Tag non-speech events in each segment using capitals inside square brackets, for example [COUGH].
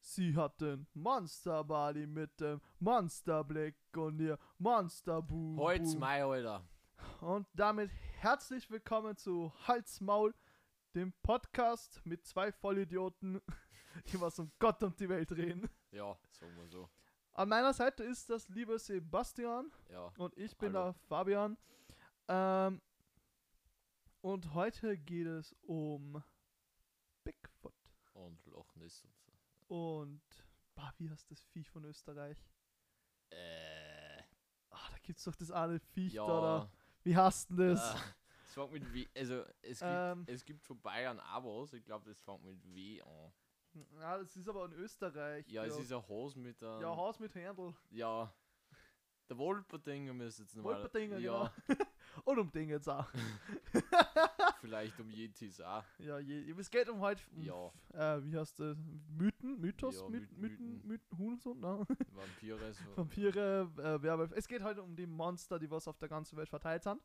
Sie hat den Monster Body mit dem Monsterblick und ihr Monsterbuch. Holz, Mai, Alter. Und damit herzlich willkommen zu Hals Maul, dem Podcast mit zwei Vollidioten, [LAUGHS] die was um Gott und die Welt reden. Ja, sagen wir so. An meiner Seite ist das liebe Sebastian Ja. und ich bin Hallo. der Fabian. Ähm, und heute geht es um Bigfoot Und Loch Ness und so. und bah, wie heißt das Viech von Österreich? Äh. Ah, da gibt's doch das eine Viech Ja. da, da. Wie heißt denn das? äh, es fängt mit W. Also, es gibt, Ähm. es gibt von Bayern auch was. Ich glaube, das fängt mit W an. [LAUGHS] Ja, das ist aber in Österreich. Ja, es ist ein Haus mit einem. ja, Haus mit Händel. ja. Der Wolperdinger müsste jetzt nochmal. Wolperdinger, ja, Und um den jetzt [LAUGHS] auch. genau. vielleicht um Yetis auch. Ja, je, es geht um halt. Um, Ja. Äh, wie heißt das? Mythen? Mythos? Ja, My- Mythen, Mythen? Mythen. Mythen? Huhn und so? Ne? [LAUGHS] Vampire so. Vampire, äh, Werwolf. Es geht halt um die Monster, die was auf der ganzen Welt verteilt sind.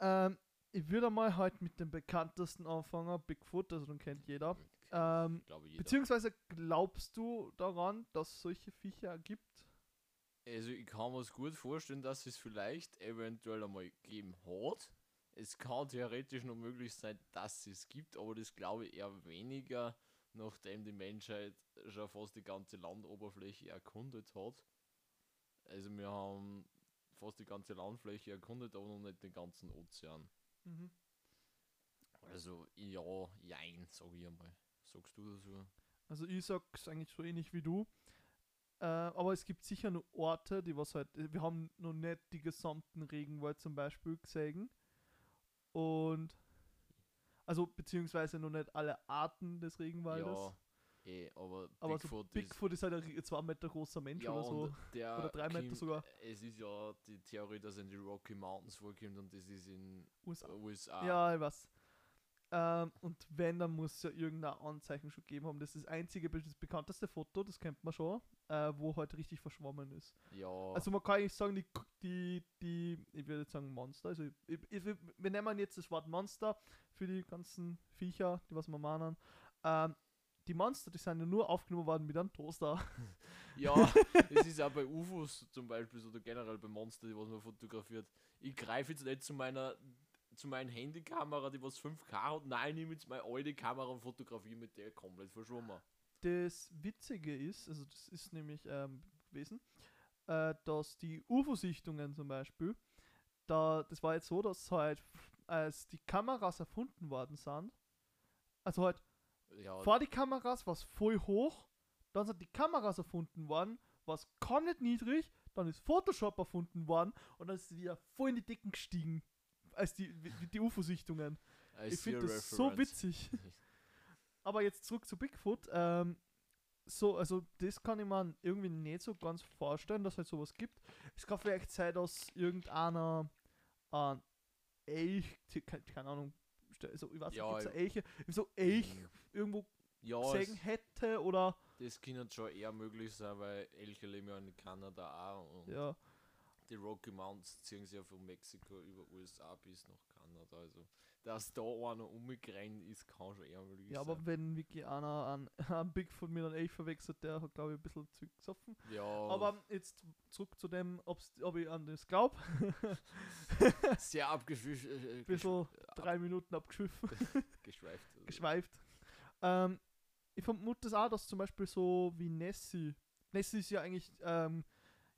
Ähm, ich würde mal halt mit dem bekanntesten anfangen, Bigfoot, also den kennt jeder. Ähm, ich glaube, Hm, jeder. Beziehungsweise glaubst du daran, dass es solche Viecher gibt? Also ich kann mir gut vorstellen, dass es vielleicht eventuell einmal gegeben hat. Es kann theoretisch noch möglich sein, dass es gibt, aber das glaube ich eher weniger, nachdem die Menschheit schon fast die ganze Landoberfläche erkundet hat. Also wir haben fast die ganze Landfläche erkundet, aber noch nicht den ganzen Ozean. Mhm. Also ja, jein, sag ich einmal. Sagst du dazu? Also ich sag's eigentlich so ähnlich wie du. Äh, aber es gibt sicher nur Orte, die was halt. Wir haben noch nicht die gesamten Regenwald zum Beispiel gesehen. Und also beziehungsweise noch nicht alle Arten des Regenwaldes. Ja, eh, aber, aber Bigfoot so Bigfoot ist halt ein ri- zwei Meter großer Mensch oder so. und Der Oder drei Meter kommt- sogar. Es ist ja die Theorie, dass er in die Rocky Mountains vorkommt und das ist in USA. USA. Ja, ich weiß. Ähm, und wenn, dann muss es ja irgendein Anzeichen schon gegeben haben. Das ist das einzige, das bekannteste Foto, das kennt man schon, äh, wo halt richtig verschwommen ist. ja. Also man kann eigentlich sagen, die, K- die, die ich würde jetzt sagen Monster, also ich, ich, ich, wir nehmen jetzt das Wort Monster für die ganzen Viecher, die was wir meinen. Ähm, die Monster, die sind ja nur aufgenommen worden mit einem Toaster. [LAUGHS] ja, das ist auch bei UFOs zum Beispiel so, oder generell bei Monster, die was man fotografiert. Ich greife jetzt nicht zu meiner zu meinen Handykamera, die was 5K hat. Nein, ich nehme jetzt meine alte Kamera und fotografiere mit der komplett verschwommen. Das Witzige ist, also das ist nämlich ähm, gewesen, äh, dass die UFO-Sichtungen zum Beispiel, da, das war jetzt so, dass halt, als die Kameras erfunden worden sind, also halt Ja, Vor die Kameras war es voll hoch, dann sind die Kameras erfunden worden, war es komplett niedrig, dann ist Photoshop erfunden worden und dann ist sie wieder voll in die Decken gestiegen. Als die, die, die UFO-Sichtungen. I Ich see a finde das so reference. [LAUGHS] witzig. Aber jetzt zurück zu Bigfoot. Ähm, so, also das kann ich mir irgendwie nicht so ganz vorstellen, dass es halt sowas gibt. Es kann vielleicht sein, dass irgendeiner an Elch, keine keine Ahnung, also ich weiß Ja, nicht, gibt's da ich- Mhm. Elche, so Elch irgendwo Ja, gesehen es, hätte oder das kann schon eher möglich sein, weil Elche leben ja in Kanada auch. Und ja, die Rocky Mountains ziehen sich ja von Mexiko über USA bis nach Kanada. Also, dass da einer umgerannt ist, kann schon eher möglich ja sein. aber wenn wirklich einer an, [LAUGHS] an Bigfoot mit einem Elch eh verwechselt, der hat glaube ich ein bisschen zu gesoffen. Ja, Aber jetzt zurück zu dem, ob's, ob ich an das glaube. sehr abgeschweift. Äh, Ein bisschen drei Minuten abgeschiffen, geschweift. Also. geschweift. Ähm, ich vermute das auch, dass zum Beispiel so wie Nessie. Nessie ist ja eigentlich, ähm,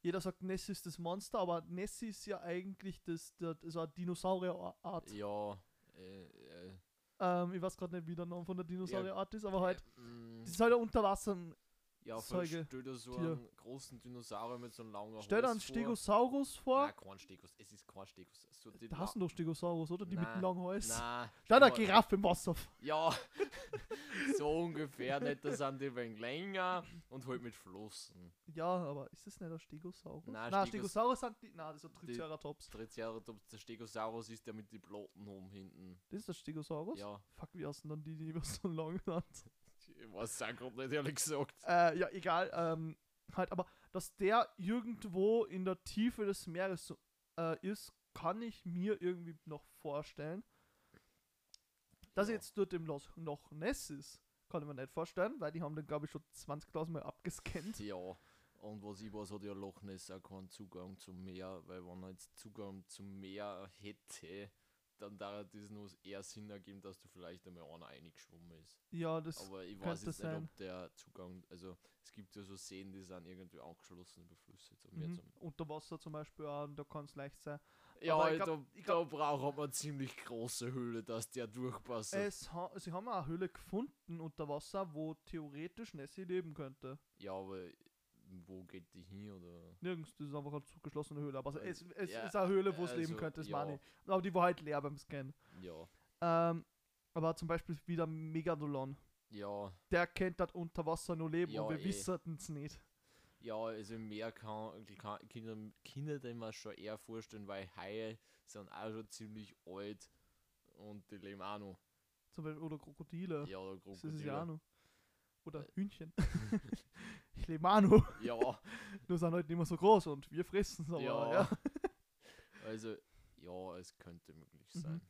jeder sagt Nessie ist das Monster, aber Nessie ist ja eigentlich das, der, so eine Dinosaurierart. Ja, äh, äh, Ähm, ich weiß gerade nicht, wie der Name von der Dinosaurierart ist, aber halt, äh, mm, das ist halt ein Unterwasser, ja, Säuge- stell dir so Tier. einen großen Dinosaurier mit so einem langen Stell dir Hals einen vor. Stegosaurus vor. Nein, kein Stegus. Es ist kein Stegus. So die da hast du doch Stegosaurus, oder? Die mit dem Nein, langen Hals. Nein. Stell dir eine aber- Giraffe im Wasser vor. Ja, [LAUGHS] so ungefähr. Nicht, da sind die wegen länger und halt mit Flossen. Ja, aber ist das nicht ein Stegosaurus? Nein, Nein, Stegos- Stegosaurus sind die. Nein, das ist ein Triceratops. Triceratops, der Stegosaurus ist der mit den Platten oben hinten. Das ist der Stegosaurus? Ja, Fuck, wie heißen dann die, die über so lang sind? ich weiß auch gerade nicht ehrlich gesagt. Äh, ja, egal. Ähm, halt, aber dass der irgendwo in der Tiefe des Meeres so, äh, ist, kann ich mir irgendwie noch vorstellen. Dass er Ja. jetzt dort im Los- Loch Ness ist, Kann ich mir nicht vorstellen, weil die haben den, glaube ich, schon 20.000 Mal abgescannt. Ja, und was ich weiß, hat ja Loch Ness auch keinen Zugang zum Meer, weil wenn er jetzt Zugang zum Meer hätte, dann da das nur eher Sinn ergeben, dass du vielleicht einmal einer eingeschwommen ist. Ja, das [LAUGHS] Aber ich könnte weiß jetzt sein. nicht, ob der Zugang, also es gibt ja so Seen, die sind irgendwie angeschlossen über Flüsse zum Meer. mhm. Zum, unter Wasser zum Beispiel auch, und da kann es leicht sein. ja, Aber ich da- glaub- ich da braucht man ziemlich große Höhle, dass der durchpasst. Es ha sie haben auch eine Höhle gefunden unter Wasser, wo theoretisch Nessie leben könnte. ja, aber wo geht die hin oder? Nirgends, das ist einfach eine zugeschlossene Höhle. Aber es, Also, es ja, ist eine Höhle, wo es leben also, könnte, das ja. meine ich. Aber die war halt leer beim Scan. Ja, Ähm, aber zum Beispiel wieder Megadolon. ja, Der kennt das unter Wasser nur leben Ja, und wir eh. wissen es nicht. ja, also im Meer kann, kann Kinder, Kinder dem man schon eher vorstellen, weil Haie sind auch schon ziemlich alt und die leben auch noch. Zum Beispiel, oder Krokodile. Ja, oder Das ist es ja auch noch. Oder Äh. [LAUGHS] Hühnchen. ich lebe auch noch. Ja, [LAUGHS] Nur sind halt nicht mehr so groß und wir fressen es aber. Ja. Ja. Also, ja, es könnte möglich Mhm. sein.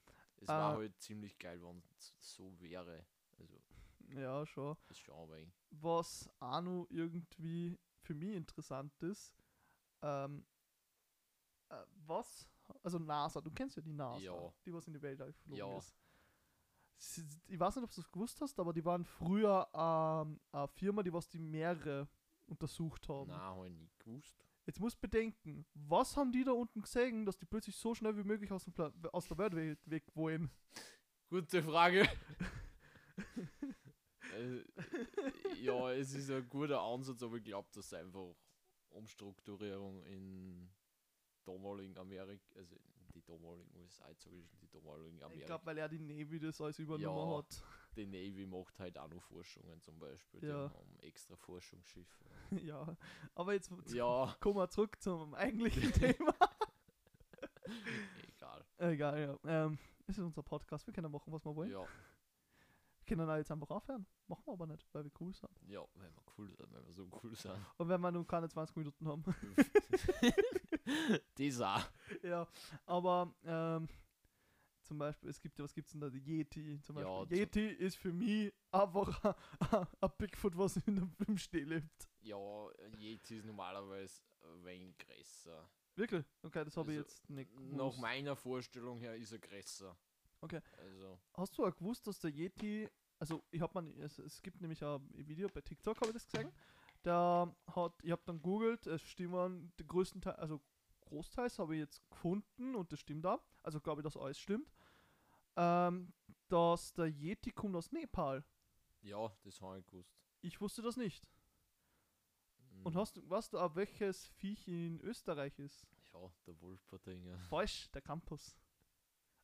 Es war Äh, halt ziemlich geil, wenn es so wäre. Also, ja. schon. das schauen wir ihn. Was auch noch irgendwie für mich interessant ist, ähm, äh, was, also NASA, du kennst ja die NASA, Ja. die was in die Welt geflogen Ja. ist. Sie- Ich weiß nicht, ob du es gewusst hast, aber die waren früher ähm, eine Firma, die was die Meere untersucht haben. Nein, habe ich nicht gewusst. Jetzt musst du bedenken, was haben die da unten gesehen, dass die plötzlich so schnell wie möglich aus, dem Pla aus der Welt we- weg wollen? Gute [LAUGHS] Frage. äh, ja, es ist ein guter Ansatz, aber ich glaube, dass einfach Umstrukturierung in damaligen Amerika, also in die damaligen USA, jetzt sag ich schon die damaligen Ich Amerika, glaube, weil er die Navy das alles übernommen Ja. hat. [LAUGHS] die Navy macht halt auch noch Forschungen zum Beispiel. Ja. Die haben extra Forschungsschiffe. ja, aber jetzt zu- [LAUGHS] Ja, kommen wir zurück zum eigentlichen [LAUGHS] Thema. egal. Egal, ja. Ähm, es ist unser Podcast, wir können machen, was wir wollen. Ja. Wir können auch jetzt einfach aufhören. Machen wir aber nicht, weil wir cool sind. Ja, wenn wir cool sind, wenn wir so cool sind. Und wenn wir nur keine 20 Minuten [LAUGHS] haben. Dieser. ja, aber ähm, zum Beispiel, es gibt ja, was gibt's denn da? Die Yeti zum Ja, Beispiel. zu- Yeti ist für mich einfach [LAUGHS] ein- ein Bigfoot, was in der, im Schnee lebt. Ja, Yeti ist normalerweise ein wenig größer. Wirklich? Okay, das habe ich Also, jetzt nicht Nach gewusst. meiner Vorstellung her ist er größer. Okay. Also, Hast du auch gewusst, dass der Yeti, also ich habe man, es, es gibt nämlich ein Video bei TikTok, habe ich das gesehen, da hat, ich habe dann googelt, es stimmen die größten Teil, also großteils habe ich jetzt gefunden und das stimmt da, also glaube ich, dass alles stimmt, ähm, dass der Yeti kommt aus Nepal. ja, das habe ich gewusst. Ich wusste das nicht. Und Mm, hast du, weißt du, auch welches Viech in Österreich ist? Ja, der Wolperdinger. Falsch, der Campus.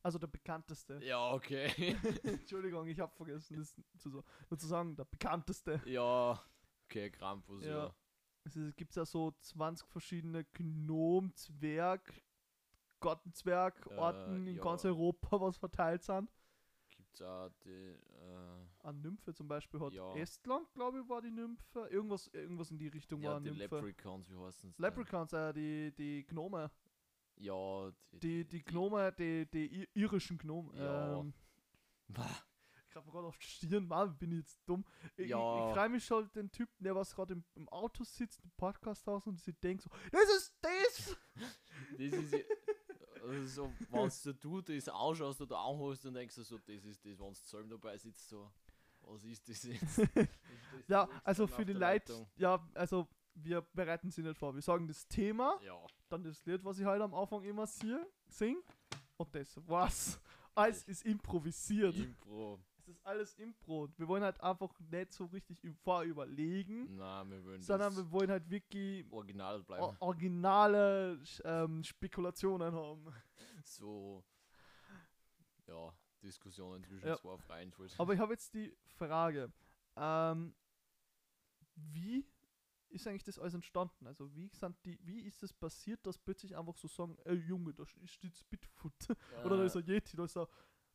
Also der bekannteste. Ja, okay. [LAUGHS] Entschuldigung, ich habe vergessen, das zu, sa- nur zu sagen, der bekannteste. ja. Okay, Krampus, Ja. ja. Es gibt ja so 20 verschiedene Gnom, Zwerg, Gottenzwerg, Äh, Orten in ja. ganz Europa, was verteilt sind. Gibt's auch die, äh, An Nymphe zum Beispiel hat Ja. Estland, glaube ich, war die Nymphe. Irgendwas, irgendwas in die Richtung ja, war die Nymphe. Leprechauns, wie heißen sie? Leprechauns, äh, die, die Gnome. Ja, die, Die, die Gnome, die, die i- irischen Gnome. Ja. Ähm, Bah, ich hab mir gerade auf die Stirn, Mann, bin ich jetzt dumm. Ich, ich, Ja. ich freue mich schon den Typen, der was gerade im, im Auto sitzt, im Podcast aus und sie denkt so, das ist das! Das ist ja- also, wenn du das ausschaust oder anhörst, dann denkst du so, das ist das, wenn du selber dabei sitzt, so, was ist das [LAUGHS] jetzt? Ist das Ja, jetzt also dann für auf die der Leute, Leitung? ja, also wir bereiten sie nicht vor. Wir sagen das Thema, Ja, dann das Lied, was ich heute am Anfang immer sehe, sing und das war's. Alles ist improvisiert. Impro. Es ist alles Impro. Wir wollen halt einfach nicht so richtig im vorüberlegen, Nein, wir wollen sondern das wir Oh. wollen halt wirklich original bleiben. o- originale sch- ähm, Spekulationen haben. So, ja, Diskussionen zwischen Ja. zwei Freien. schuld. Aber ich habe jetzt die Frage, ähm, wie ist eigentlich das alles entstanden? Also wie, sind die, wie ist es passiert, dass plötzlich einfach so sagen, ey Junge, da sch- steht Spitfoot. [LAUGHS] Oder da ist ein Yeti, da ist ein,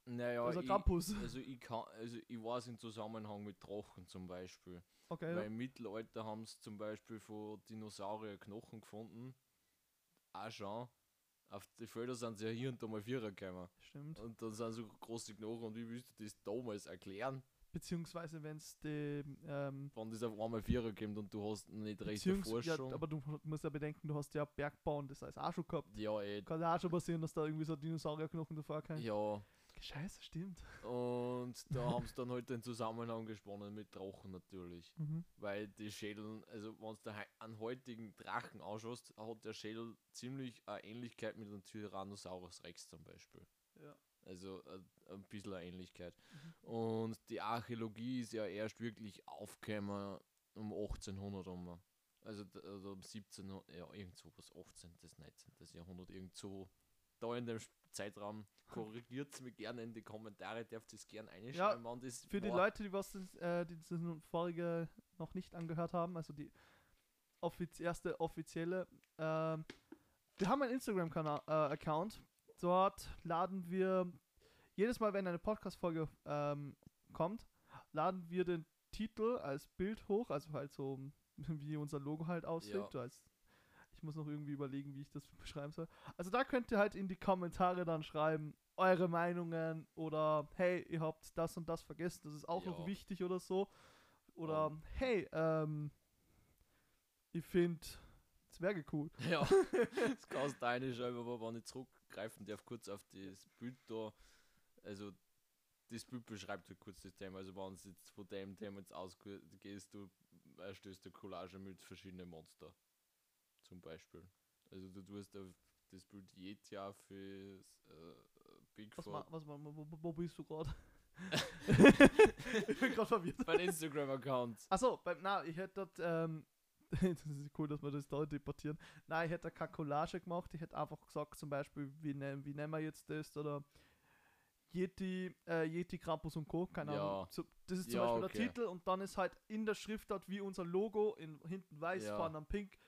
naja, da ist ein Äh, ich- Campus. Also ich kann, also ich weiß im Zusammenhang mit Drachen zum Beispiel. Okay, Weil ja. im Mittelalter haben sie zum Beispiel von Dinosaurier Knochen gefunden. Auch schon. Auf die Felder sind sie ja hier und da mal Vierer gekommen. stimmt. Und dann sind so große Knochen und wie willst du das damals erklären? Beziehungsweise wenn es dem ähm, Wenn das auf einmal Vierer gibt und du hast nicht recht eine Beziehungs ja, Forschung. Ja, aber du musst ja bedenken, du hast ja Bergbau und das heißt auch schon gehabt. eh. Kann ja auch schon passieren, dass da irgendwie so Dinosaurierknochen davor kann. Ja, Scheiße, stimmt. und da haben sie dann halt den Zusammenhang gesponnen mit Drachen natürlich. Mhm. Weil die Schädel, also wenn du einen heutigen Drachen anschaust, hat der Schädel ziemlich eine Ähnlichkeit mit einem Tyrannosaurus Rex zum Beispiel. Ja. Mhm. Also ein, ein bisschen eine Ähnlichkeit. Und die Archäologie ist ja erst wirklich aufgekommen um 1800 rum. Also, d- also um 17, ja, irgend sowas, 18., 19. Jahrhundert, irgend so. Da in dem Sp- Zeitraum korrigiert es mir gerne in die Kommentare, dürft ihr es gerne einschreiben. wann das Für die war. Leute, die was das, äh, die das vorige noch nicht angehört haben, also die offiz erste offizielle, ähm, wir haben einen Instagram-Account. Dort laden wir jedes Mal, wenn eine Podcast-Folge ähm, kommt, laden wir den Titel als Bild hoch, also halt so [LAUGHS] wie unser Logo halt aussieht. Ja. so Als, ich muss noch irgendwie überlegen, wie ich das [LAUGHS] beschreiben soll. Also da könnt ihr halt in die Kommentare dann schreiben, eure Meinungen oder hey, ihr habt das und das vergessen, das ist auch noch Ja. wichtig oder so. Oder Ähm. hey, ähm, ich finde Zwerge cool. [LAUGHS] Ja, das kannst du einschreiben, aber wenn ich zurückgreifen darf, kurz auf das Bild da. Also, das Bild beschreibt halt kurz das Thema. Also, wenn du jetzt von dem Thema jetzt ausgehst, du erstößt eine Collage mit verschiedenen Monster. Zum Beispiel. Also, du tust auf das Bild jedes Jahr für äh, Was, Bigfoot. ma, was ma, wo, wo- wo bist du [LAUGHS] gerade? [LAUGHS] ich bin gerade verwirrt. Mein Instagram-Account. Achso, na, ich hätte dort, ähm, [LAUGHS] das ist cool, dass wir das da debattieren. Nein, ich hätte da keine Collage gemacht. Ich hätte einfach gesagt, zum Beispiel, wie, ne, wie nennen wir jetzt das? Oder Yeti, äh, Yeti, Krampus und Co. Keine Ja. Ahnung. So, das ist zum Ja, Beispiel okay. der Titel und dann ist halt in der Schriftart wie unser Logo, in, hinten weiß, Ja. vorne am pink,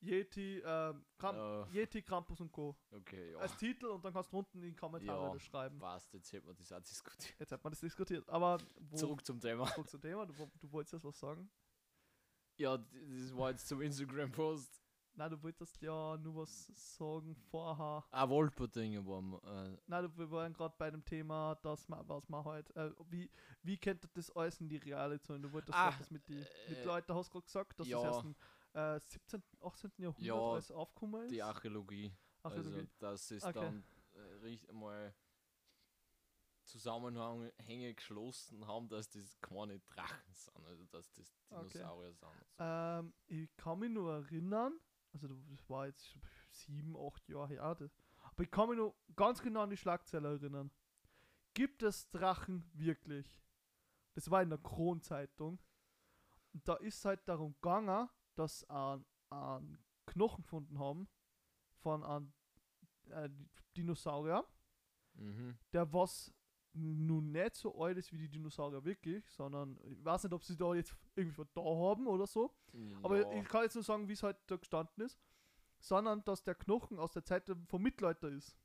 Yeti, ähm, Kramp Ja. Yeti, Krampus und Co. Äh, Okay, ja. Als Titel und dann kannst du unten in die Kommentare Ja. das schreiben. Passt, jetzt hätten wir das auch diskutiert. Jetzt hat man das diskutiert. Aber wo, Zurück zum Thema. zurück zum Thema, du, du wolltest jetzt was sagen? Ja, d- das war jetzt zum Instagram-Post. Nein, du wolltest ja nur was sagen vorher. Ah, Wolpertinger waren wir. Äh, Nein, du- wir waren gerade bei dem Thema, dass man, was man halt, äh, wie, wie könnte das alles in die reale Zone? Du wolltest Ah, grad das mit die, mit äh, Leuten, hast du grad gesagt, dass ja. das erst im äh, 17., 18. Jahrhundert Ja, alles aufgekommen ist? die Archäologie. Ach, also, irgendwie. dass es Okay. dann äh, richtig mal Zusammenhänge geschlossen haben, dass das keine Drachen sind, also dass das Okay. Dinosaurier sind. Also. und so. ähm, ich kann mich nur erinnern, also du- das war jetzt schon sieben, acht Jahre her, das, aber ich kann mich nur ganz genau an die Schlagzeile erinnern. Gibt es Drachen wirklich? Das war in der Kronzeitung. Und da ist halt darum gegangen, dass an, an Knochen gefunden haben von einem äh, Dinosaurier, Mhm. der was nun nicht so alt ist wie die Dinosaurier wirklich, sondern ich weiß nicht, ob sie da jetzt irgendwie von da haben oder so. Aber ja, ich kann jetzt nur sagen, wie es halt da gestanden ist, sondern dass der Knochen aus der Zeit vom Mittelalter ist.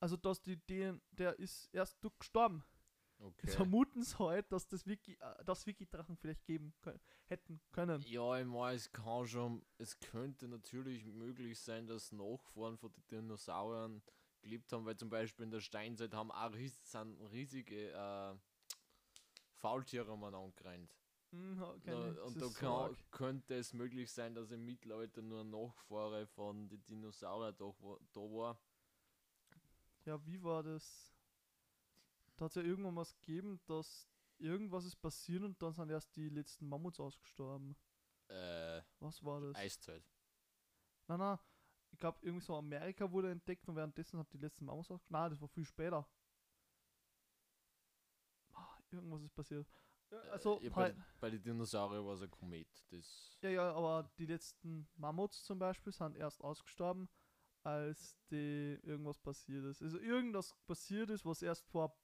Also, dass die den, der ist erst durch gestorben. Jetzt okay. vermuten sie halt, dass das Wiki, äh, dass Wiki-Drachen vielleicht geben können, hätten können. ja, ich meine, es kann schon, es könnte natürlich möglich sein, dass Nachfahren von den Dinosauriern gelebt haben, weil zum Beispiel in der Steinzeit haben auch ries sind riesige äh, Faultiere mal angerannt. Mhm, okay, Na, das und ist da so kann, arg. könnte es möglich sein, dass im Mittelalter nur ein Nachfahre von den Dinosauriern da, wa- da war. Ja, wie war das? Da hat es ja irgendwann was gegeben, dass irgendwas ist passiert und dann sind erst die letzten Mammuts ausgestorben. Äh, Was war das? Eiszeit. Nein, nein. Ich glaube, irgendwie so Amerika wurde entdeckt und währenddessen hat die letzten Maus auch. Nein, das war viel später. Ah, Irgendwas ist passiert. Ja, Äh, also, ja, bei, halt, den- bei den Dinosauriern war es ein Komet. Das, ja, ja, aber die letzten Mammuts zum Beispiel sind erst ausgestorben, als die irgendwas passiert ist. Also, irgendwas passiert ist, was erst vor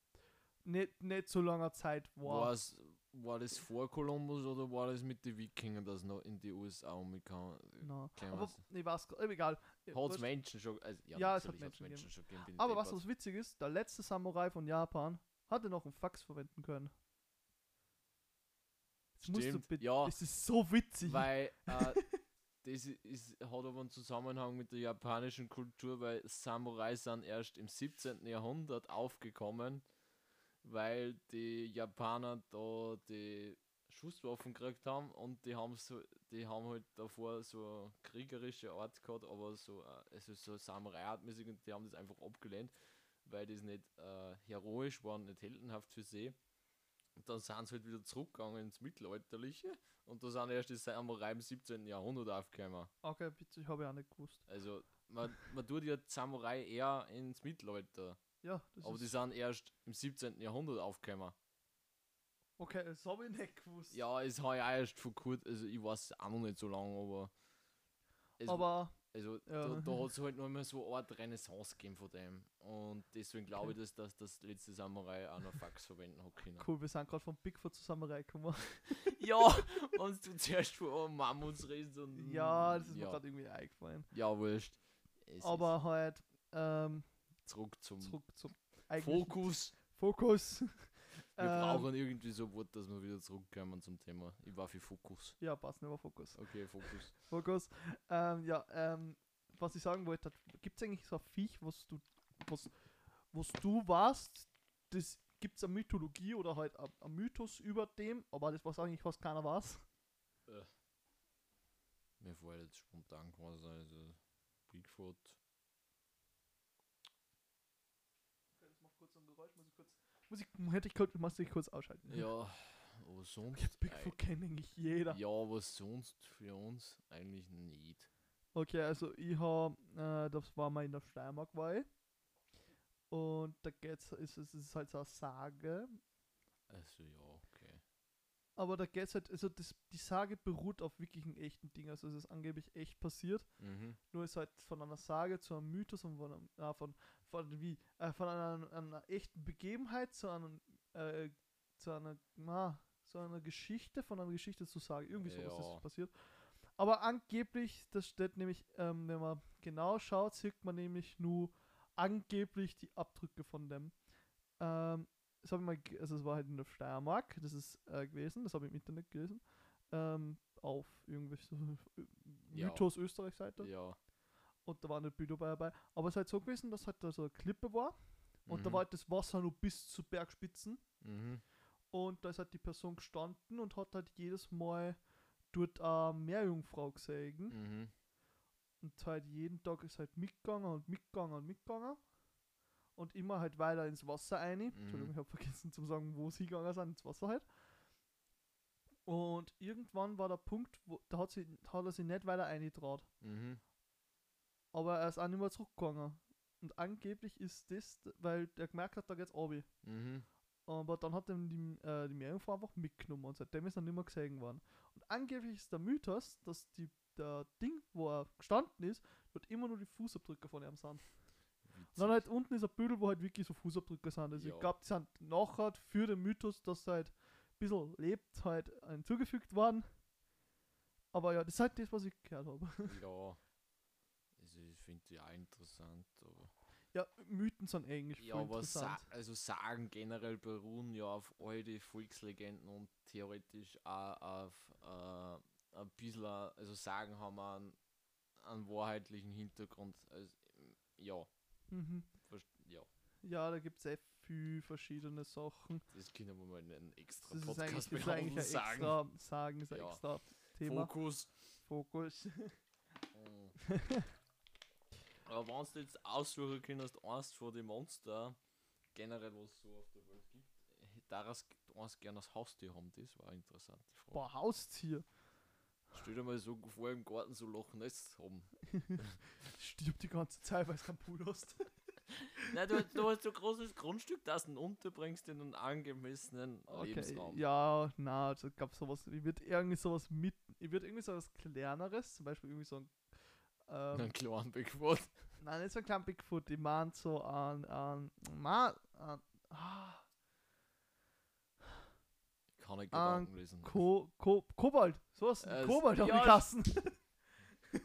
nicht, nicht so langer Zeit war. war's, war das vor Kolumbus oder war das mit den Wikingern, das noch in die USA umgekommen Na, Kein aber Weiß. ich weiß, gar- äh, egal. Hat es Wurscht. Menschen schon also, Ja, es hat natürlich hat's Menschen gegeben. schon gegeben. bin ich Aber was, deppert. was witzig ist, der letzte Samurai von Japan hatte noch einen Fax verwenden können. Jetzt musst du Stimmt, bitte. ja. Das ist so witzig. Weil äh, das i- ist, hat aber einen Zusammenhang mit der japanischen Kultur, weil Samurai sind erst im 17. Jahrhundert aufgekommen weil die Japaner da die Schusswaffen gekriegt haben und die haben so, die haben halt davor so eine kriegerische Art gehabt, aber so, äh, also so Samurai-artmäßig und die haben das einfach abgelehnt, weil das nicht äh, heroisch war und nicht heldenhaft für sie. Und dann sind sie halt wieder zurückgegangen ins Mittelalterliche und da sind erst die Samurai im 17. Jahrhundert aufgekommen. Okay, witzig, habe ich auch nicht gewusst. Also man, man tut ja die Samurai eher ins Mittelalter, Ja, das aber die ist. sind erst im 17. Jahrhundert aufgekommen. Okay, das habe ich nicht gewusst. Ja, es habe ich auch erst vor kurz, also ich weiß auch noch nicht so lange, aber. Es, aber also ja. da, da hat es halt noch immer so eine Art Renaissance gegeben von dem. Und deswegen glaube Okay. ich, dass das, das letzte Samurai auch noch Fax verwenden hat können. cool, wir sind gerade von Bigfoot zu Samurai [LAUGHS] gekommen. ja, und du zuerst von Mammuts redest und. ja, das ist mir Mm, ja, gerade irgendwie eingefallen. ja, wurscht. Es aber halt, ähm, ist zurück zum zurück zum eigentlichen Fokus. Fokus. Wir [LAUGHS] Ähm, brauchen irgendwie so ein Wort, dass wir wieder zurückkommen zum Thema. Ich war für Fokus. Ja, passt, nicht mehr Fokus. Okay, Fokus. Fokus. Ähm, ja, ähm, was ich sagen wollte, gibt es eigentlich so ein Viech, was du, was, was du warst, das gibt es eine Mythologie oder halt ein ein Mythos über dem, aber das was eigentlich was keiner weiß. Mir vorher jetzt spontan quasi, also Bigfoot. Muss ich, hätte ich kurz, musste ich kurz ausschalten. Ja, aber sonst. Okay, Bigfoot kennt eigentlich jeder. ei- ja, aber sonst für uns eigentlich nicht. Okay, also ich habe, äh, das war mal in der Steiermark war ich. Und da geht's, ist es ist halt so eine Sage, Also ja, okay. aber da geht's halt, also das, die Sage beruht auf wirklichen echten Dingen, also es ist angeblich echt passiert. Mhm. Nur ist halt von einer Sage zu einem Mythos und von, einem, äh, von, von, wie, äh, von einer, einer echten Begebenheit zu einem, äh, zu einer, na, zu einer Geschichte, von einer Geschichte zu Sage. Irgendwie sowas Ja. ist passiert. Aber angeblich, das steht nämlich, ähm, wenn man genau schaut, sieht man nämlich nur angeblich die Abdrücke von dem. Ähm, das habe ich mal, ge- also es war halt in der Steiermark, das ist äh, gewesen, das habe ich im Internet gelesen. Ähm, auf irgendwelche [LAUGHS] Ja. Mythos Österreich-Seite Ja. und da waren nicht Bilder bei dabei. Aber es ist halt so gewesen, dass halt da so eine Klippe war und da mhm, war halt das Wasser nur bis zu Bergspitzen Mhm. und da ist halt die Person gestanden und hat halt jedes Mal dort eine Meerjungfrau gesehen Mhm. und halt jeden Tag ist halt mitgegangen und mitgegangen und mitgegangen und immer halt weiter ins Wasser rein. Mhm. Entschuldigung, ich habe vergessen zu sagen, wo sie gegangen sind, ins Wasser halt. Und irgendwann war der Punkt, wo, da hat, sie, hat er sich nicht weiter eingetraut. Mhm. aber er ist auch nicht mehr zurückgegangen. Und angeblich ist das, d- weil der gemerkt hat, da geht's obi. Mhm. Aber dann hat ihm die, äh, die Meerjungfrau einfach mitgenommen und seitdem ist er nicht mehr gesehen worden. Und angeblich ist der Mythos, dass die, der Ding, wo er gestanden ist, dort immer nur die Fußabdrücke von ihm sind. Und dann halt unten ist ein Büdel, wo halt wirklich so Fußabdrücke sind. Also Ja. ich glaube, die sind nachher für den Mythos, dass er halt ein bisschen lebt, halt hinzugefügt worden. Aber ja, das ist halt das, was ich gehört habe. [LAUGHS] Witzig. Ja. Also ich finde die auch interessant, aber. Ja, Mythen sind eigentlich Ja, voll aber Sa interessant. also Sagen generell beruhen ja auf alte Volkslegenden und theoretisch auch auf äh, ein bisschen, also Sagen haben auch einen, einen wahrheitlichen Hintergrund. Also, ähm, ja, Mhm. verst- ja, Ja, da gibt es sehr viele verschiedene Sachen. das können wir mal in einen extra Das ist eigentlich, Podcast das ist eigentlich behandeln. ein Sagen. extra, sagen ist ein Ja. extra Thema. [LAUGHS] Fokus. Fokus. Mm. aber wenn du jetzt aussuchen könntest, eins von den Monster, generell was es so auf der Welt gibt, daraus eins gerne als Haustier haben, das war eine interessante Frage. Boah, Haustier. Stell dir mal so vor im Garten so Loch Ness haben. Stirbt die ganze Zeit, weil es kein Pool [LAUGHS] hast. Nein, du, du hast so ein großes Grundstück, das du unterbringst in einen angemessenen Lebensraum. Ja, na, also gab sowas. Ich würde irgendwie sowas mit. Ich würde irgendwie sowas kleineres, zum Beispiel irgendwie so ein. Ähm, Einen kleinen Bigfoot. nein, nicht so ein kleiner Bigfoot. Ich meine so an. an, ma- an ah, Ich kann nicht Ah, Gedanken lesen. Ko, Ko, Kobold. Sowas. Äh, Äh, Kobold ja, auf die ich- Kassen. [LAUGHS] Ja.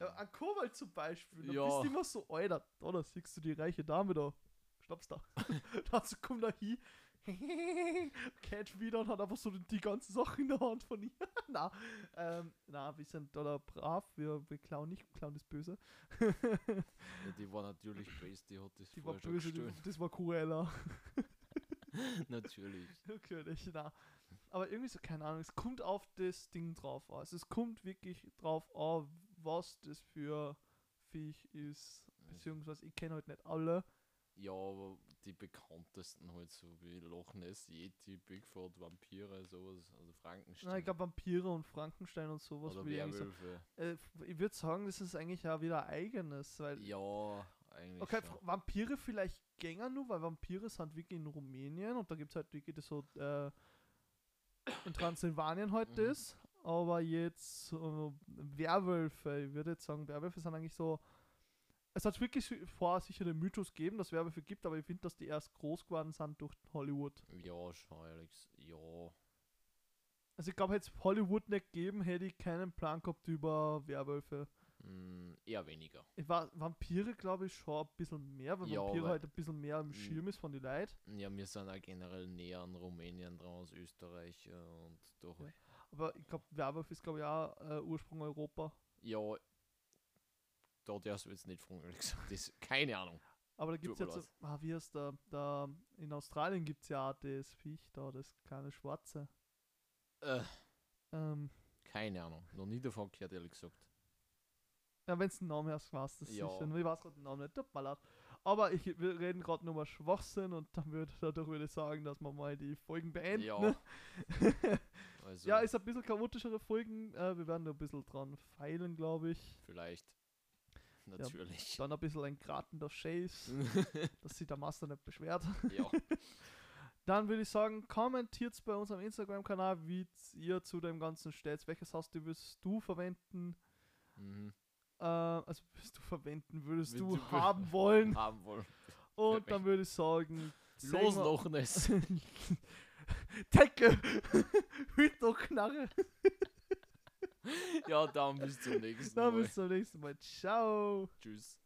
Ja. Ein Kobold zum Beispiel, da Ja. bist du immer so, Alter, da, da siehst du die reiche Dame da. Schnappst da. [LAUGHS] Dazu kommt er hin, [LAUGHS] catch wieder und hat einfach so die ganze Sache in der Hand von ihr. [LAUGHS] na, ähm, na, wir sind da, da brav, wir, wir klauen nicht, klauen ist böse. Ja, die war natürlich böse, die hat das Die war vorher schon böse, die, gestohlen. das war Cruella. Natürlich. Natürlich, na. [LAUGHS] Aber irgendwie so, keine Ahnung, es kommt auf das Ding drauf an. Also es kommt wirklich drauf an, was das für Viech ist. Beziehungsweise, ich kenne halt nicht alle. Ja, aber die bekanntesten halt so wie Loch Ness, Yeti, Bigfoot, Vampire, sowas, also Frankenstein. Na, ich glaube, Vampire und Frankenstein und sowas. oder würd ich eigentlich sagen. Werwölfe. Äh, ich würde sagen, das ist eigentlich auch wieder eigenes. Weil Ja, eigentlich. Okay, schon. Fra- Vampire vielleicht gänger nur, weil Vampire sind wirklich in Rumänien und da gibt es halt wirklich das so äh, in Transsilvanien heute halt Mhm. das. Aber jetzt äh, Werwölfe, ich würde jetzt sagen, Werwölfe sind eigentlich so. Es hat wirklich si- vorher sicher den Mythos gegeben, dass es Werwölfe gibt, aber ich finde, dass die erst groß geworden sind durch Hollywood. Ja, schon, Alex. Ja. Also ich glaube, hätte es Hollywood nicht gegeben, hätte ich keinen Plan gehabt über Werwölfe. Mm, eher weniger. Ich war Vampire, glaube ich, schon ein bisschen mehr, weil Ja, Vampire aber- halt ein bisschen mehr im Mhm. Schirm ist von den Leuten. Ja, wir sind auch generell näher an Rumänien dran als Österreich äh, und doch. Ja. Aber ich glaube, Werwolf ist, glaube ich, auch äh, Ursprung Europa. Ja, da darfst du jetzt nicht fragen, Alex. Das, keine Ahnung. Aber da gibt es mir jetzt, leid. ah, wie heißt der, der in Australien gibt es ja auch das Viech da, das kleine Schwarze. Äh, Ähm, keine Ahnung. Noch nie davon gehört, ehrlich gesagt. ja, wenn es einen Namen hast, warst das Ja. sicher. Nur ich weiß gerade den Namen nicht, tut mir leid. Aber ich, wir reden gerade nur mal Schwachsinn und dann würde, [LAUGHS] dadurch würde ich sagen, dass wir mal die Folgen beenden. [LAUGHS] Ja. [LAUGHS] Also, ne? ja, ist ein bisschen chaotischere Folgen. Äh, wir werden da ein bisschen dran feilen, glaube ich. vielleicht. [LAUGHS] Natürlich. Dann ein bisschen ein gratender Chase, [LAUGHS] dass sich der Master nicht beschwert. ja. Dann würde ich sagen, kommentiert bei unserem Instagram-Kanal, wie z- ihr zu dem Ganzen steht. Welches Haustier würdest du verwenden? Mhm. Äh, also [LAUGHS] würdest du verwenden, würdest Wenn du du- haben wollen? Haben wollen. Und dann würde ich sagen, sehen [LAUGHS] Los, wir- Loch Ness. Decke! [LAUGHS] Hüt und Knarre! ja, dann bis zum nächsten Dann Mal. bis zum nächsten Mal. Ciao! Tschüss.